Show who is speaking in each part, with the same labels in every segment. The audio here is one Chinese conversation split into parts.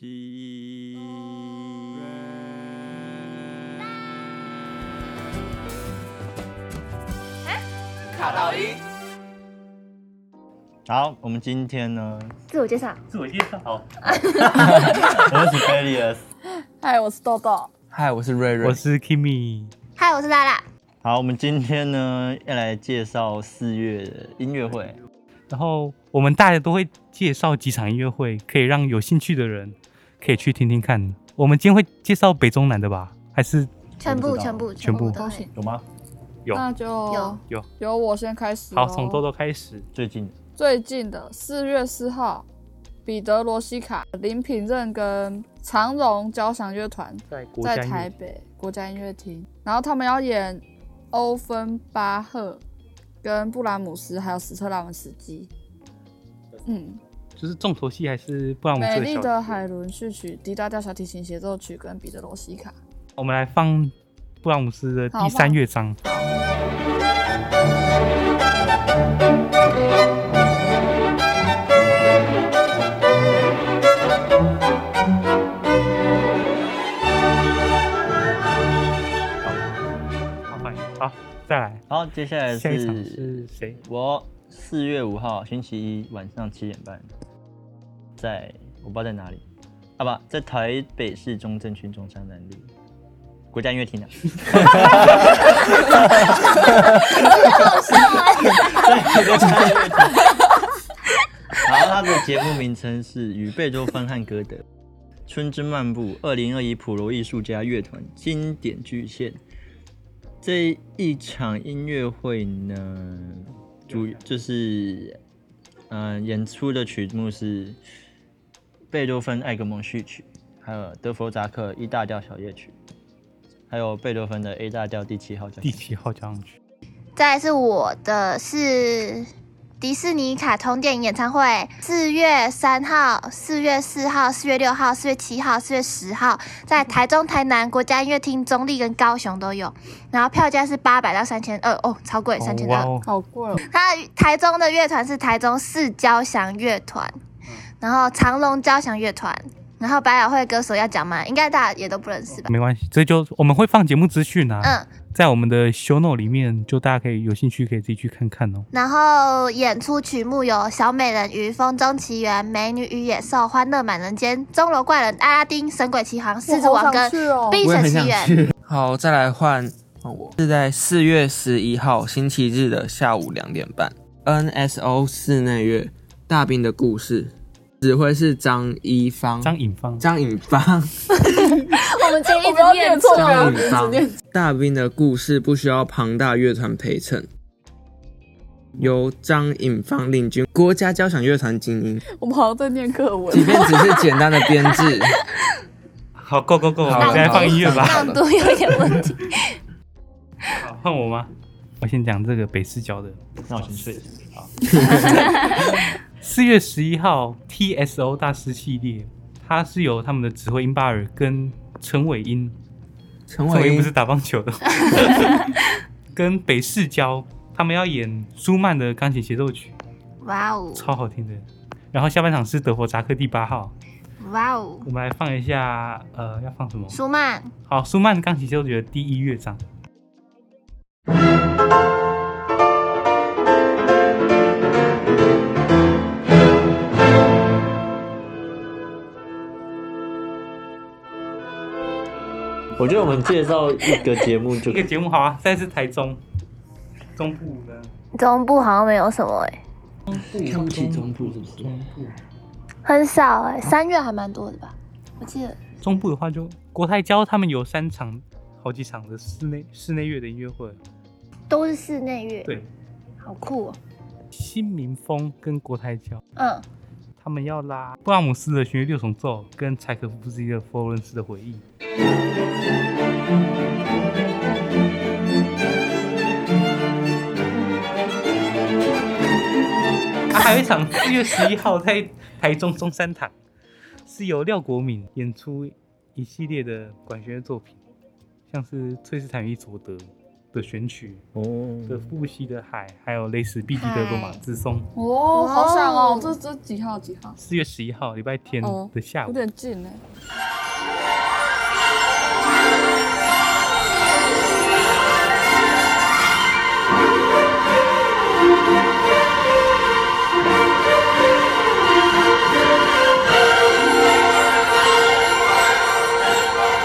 Speaker 1: 西。
Speaker 2: 卡到音。
Speaker 1: 好，我们今天呢，
Speaker 3: 自我介绍，
Speaker 1: 自我介绍。我是 Belius，
Speaker 2: 嗨，我是豆豆。
Speaker 4: 嗨，我是瑞瑞，
Speaker 5: 我是 Kimi，
Speaker 3: 嗨，我是拉拉。
Speaker 1: 好，我们今天呢要来介绍四月的音乐会。
Speaker 5: 然后我们大家都会介绍几场音乐会，可以让有兴趣的人可以去听听看。我们今天会介绍北中南的吧？还是
Speaker 3: 全
Speaker 1: 我
Speaker 3: 部
Speaker 1: 不知道
Speaker 3: 全部
Speaker 5: 全部
Speaker 3: 都会
Speaker 1: 有吗？
Speaker 5: 有
Speaker 2: 那就
Speaker 3: 有
Speaker 5: 有
Speaker 2: 由我先开始、
Speaker 5: 好从豆。豆开始？
Speaker 1: 最近
Speaker 2: 最近的四月四号，彼得罗西卡、林品任跟长荣交响乐团
Speaker 5: 在国
Speaker 2: 在
Speaker 5: 家音
Speaker 2: 台
Speaker 5: 乐
Speaker 2: 北国家音乐厅，然后他们要演欧芬巴赫、跟布拉姆斯还有斯特拉文斯基。嗯，
Speaker 5: 就是重头戏还是布朗姆
Speaker 2: 美
Speaker 5: 斯
Speaker 2: 丽
Speaker 5: 小
Speaker 2: 的海伦序曲、D 大调小提琴协奏曲跟彼得罗西卡。
Speaker 5: 我们来放布朗姆斯的第三乐章。好，换一个好，再来。
Speaker 1: 好，接下来
Speaker 5: 下一场
Speaker 1: 是
Speaker 5: 是谁？
Speaker 1: 我四月五号星期一晚上七点半，在我不知道在哪里，啊不，在台北市中正区中山南路国家音乐厅啊。对，国家音乐厅。然后他的节目名称是《与贝多芬和歌德春之漫步》，二零二一普罗艺术家乐团经典巨献。这一场音乐会呢，主就是，嗯、演出的曲目是贝多芬《爱格蒙序曲》，还有德弗扎克《E 大调小夜曲》，还有贝多芬的 A 大调第七号交响曲
Speaker 5: 第七号交响曲。
Speaker 3: 再来是我的是迪士尼卡通电影演唱会，四月三号、四月四号、四月六号、四月七号、四月十号，在台中、台南国家音乐厅、中立跟高雄都有。然后票价是八百到三千二，哦，超贵，三千
Speaker 5: 哇
Speaker 3: 二。
Speaker 5: 哦！
Speaker 2: 好贵哦！
Speaker 3: 他台中的乐团是台中市交响乐团，
Speaker 5: 嗯
Speaker 3: 然后长隆交响乐团，然后百老汇歌手要讲吗？应该大家也都不认识吧？
Speaker 5: 没关系，这就我们会放节目资讯啊，
Speaker 3: 嗯，
Speaker 5: 在我们的 show note 里面，就大家可以有兴趣可以自己去看看哦。
Speaker 3: 然后演出曲目有《小美人鱼》《风中奇缘》《美女与野兽》《欢乐满人间》《钟楼怪人》《阿拉丁》《神鬼奇航》《狮子王》跟《
Speaker 2: 哦
Speaker 3: 冰雪奇缘》。
Speaker 4: 好，再来换换我，是在四月十一号星期日的下午两点半，NSO 室内乐《大兵的故事》，指挥是张一芳，
Speaker 5: 张颖芳，
Speaker 4: 张颖 芳，
Speaker 3: 我们今天
Speaker 2: 我不要念错，不要
Speaker 4: 张
Speaker 2: 名
Speaker 4: 颖
Speaker 2: 字
Speaker 5: 啊
Speaker 4: 芳，
Speaker 2: 念
Speaker 4: 《大兵的故事》不需要庞大乐团陪衬。由张颖芳领军国家交响乐团精英，
Speaker 2: 我们好像在念课文
Speaker 4: 即。便只是简单的编 制，
Speaker 5: 好，Go Go Go，我
Speaker 4: 好
Speaker 5: 们再来放音乐吧。
Speaker 3: 朗读有一点问题。
Speaker 5: 好换我吗？哦我先讲这个北市郊的，
Speaker 1: 那我先睡一下。好，
Speaker 5: 四月十一号 TSO 大师系列，它是由他们的指挥英巴尔跟陈伟英，
Speaker 4: 陈
Speaker 5: 陈伟
Speaker 4: 伟
Speaker 5: 英不
Speaker 4: 英
Speaker 5: 是打棒球的，跟北市郊他们要演舒曼的钢琴协奏曲，
Speaker 3: 哇哦，
Speaker 5: 超好听的。然后下半场是德弗扎克第八号，
Speaker 3: 哇哦，
Speaker 5: 我们来放一下，呃，要放什么？
Speaker 3: 舒曼，
Speaker 5: 好，舒曼钢琴协奏曲的第一乐章。
Speaker 1: 我觉得我们介绍一个节目就
Speaker 5: 一个节目好啊，再是台中中部的
Speaker 3: 中部好像没有什么哎，
Speaker 1: 看不起中部是不是？
Speaker 3: 很少哎，三月还蛮多的吧？我记得
Speaker 5: 中部的话就国泰交他们有三场好几场的室内室内乐的音乐会，
Speaker 3: 都是室内乐，
Speaker 5: 对，
Speaker 3: 好酷哦。
Speaker 5: 新民风跟国泰交
Speaker 3: 嗯，
Speaker 5: 他们要拉布拉姆斯的弦乐六重奏跟柴可夫斯基的佛罗伦斯的回忆。啊，还有一场四月十一号在台中中山堂，是由廖国敏演出一系列的管弦乐作品，像是《崔斯坦与佐德》的选曲
Speaker 1: 哦，
Speaker 5: 的《不息的海》，还有类似 B D 的《罗马之松》，
Speaker 2: 哦，好想
Speaker 3: 哇哦
Speaker 2: 哦！这这几号几号？
Speaker 5: 四月十一号礼拜天
Speaker 2: 哦
Speaker 5: 的下
Speaker 2: 有
Speaker 5: 午。
Speaker 2: 点近哎。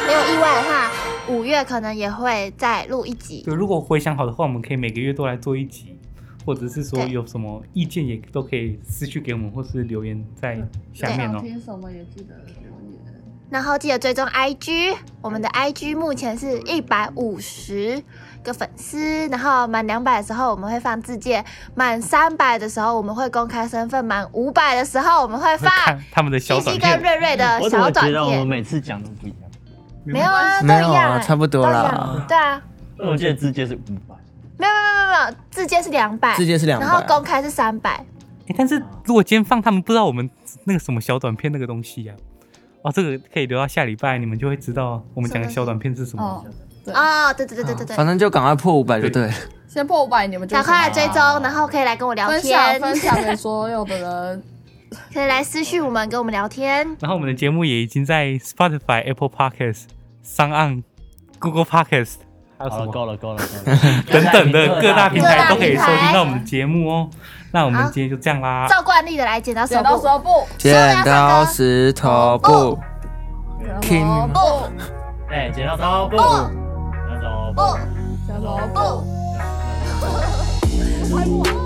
Speaker 3: 没有意外的话，五月可能也会再录一集。
Speaker 5: 对，如果回想好的话，我们可以每个月都来做一集，或者是说
Speaker 3: 对
Speaker 5: 有什么意见也都可以私讯给我们，或是留言在下面哦。
Speaker 2: 听什么也记得留言。
Speaker 3: 然后记得追踪 IG，我们的 IG 目前是一百五十个粉丝，然后满两百的时候我们会放自荐，满三百的时候我们会公开身份，满五百的时候我们会
Speaker 5: 会看
Speaker 3: 放
Speaker 5: 他们的小
Speaker 3: 西
Speaker 5: 短
Speaker 3: 西跟
Speaker 5: 片，
Speaker 3: 瑞瑞的
Speaker 1: 嗯我怎
Speaker 3: 小
Speaker 1: 么觉
Speaker 3: 短
Speaker 1: 得我们
Speaker 3: 片。
Speaker 1: 每次讲都不一样？
Speaker 3: 没有啊，都一
Speaker 4: 没有
Speaker 3: 样、
Speaker 4: 啊，差不
Speaker 3: 多
Speaker 4: 多
Speaker 3: 一
Speaker 4: 啦。
Speaker 3: 样。对啊，
Speaker 5: 嗯
Speaker 1: 我记得直接是五百，
Speaker 3: 没有没有没有没有没有，自荐是两百，
Speaker 4: 自荐是200
Speaker 3: 然后
Speaker 5: 嗯
Speaker 3: 公开是三百。
Speaker 5: 诶但是如果今天放他们不知道我们那个什么小短片那个东西呀、哦，这个可以留到下礼拜，你们就会知道我们讲的小短片是什么
Speaker 2: 哦。，对，
Speaker 3: 哦，对对对对对
Speaker 4: 反
Speaker 3: 对，
Speaker 4: 正就赶快破五百就对了。
Speaker 2: 先破五百，你们就
Speaker 3: 赶快来追
Speaker 2: 知
Speaker 3: 踪
Speaker 2: 道，
Speaker 3: 然后可以来跟我聊
Speaker 2: 分享
Speaker 3: 天，
Speaker 2: 分享给所有的人。
Speaker 3: 可以来私讯我们跟我们聊天。
Speaker 5: 然后我们的节目也已经在 Spotify、Apple Podcasts、上岸、Google Podcasts，还有什
Speaker 1: 好了，
Speaker 5: 么
Speaker 1: 够了，够了，够了
Speaker 5: 等等的各大平台都可以
Speaker 3: 各
Speaker 5: 收
Speaker 3: 大平台
Speaker 5: 听到我们的节目哦。那我们今天就这样啦，
Speaker 3: 照惯例的来剪刀手
Speaker 2: 剪刀
Speaker 3: 布，
Speaker 2: 手布，
Speaker 4: 剪刀石头布，
Speaker 2: 剪刀手布，
Speaker 1: 哎，剪刀刀布，
Speaker 3: 哦
Speaker 1: 那走。
Speaker 3: 不
Speaker 2: 剪刀手布。
Speaker 3: 不。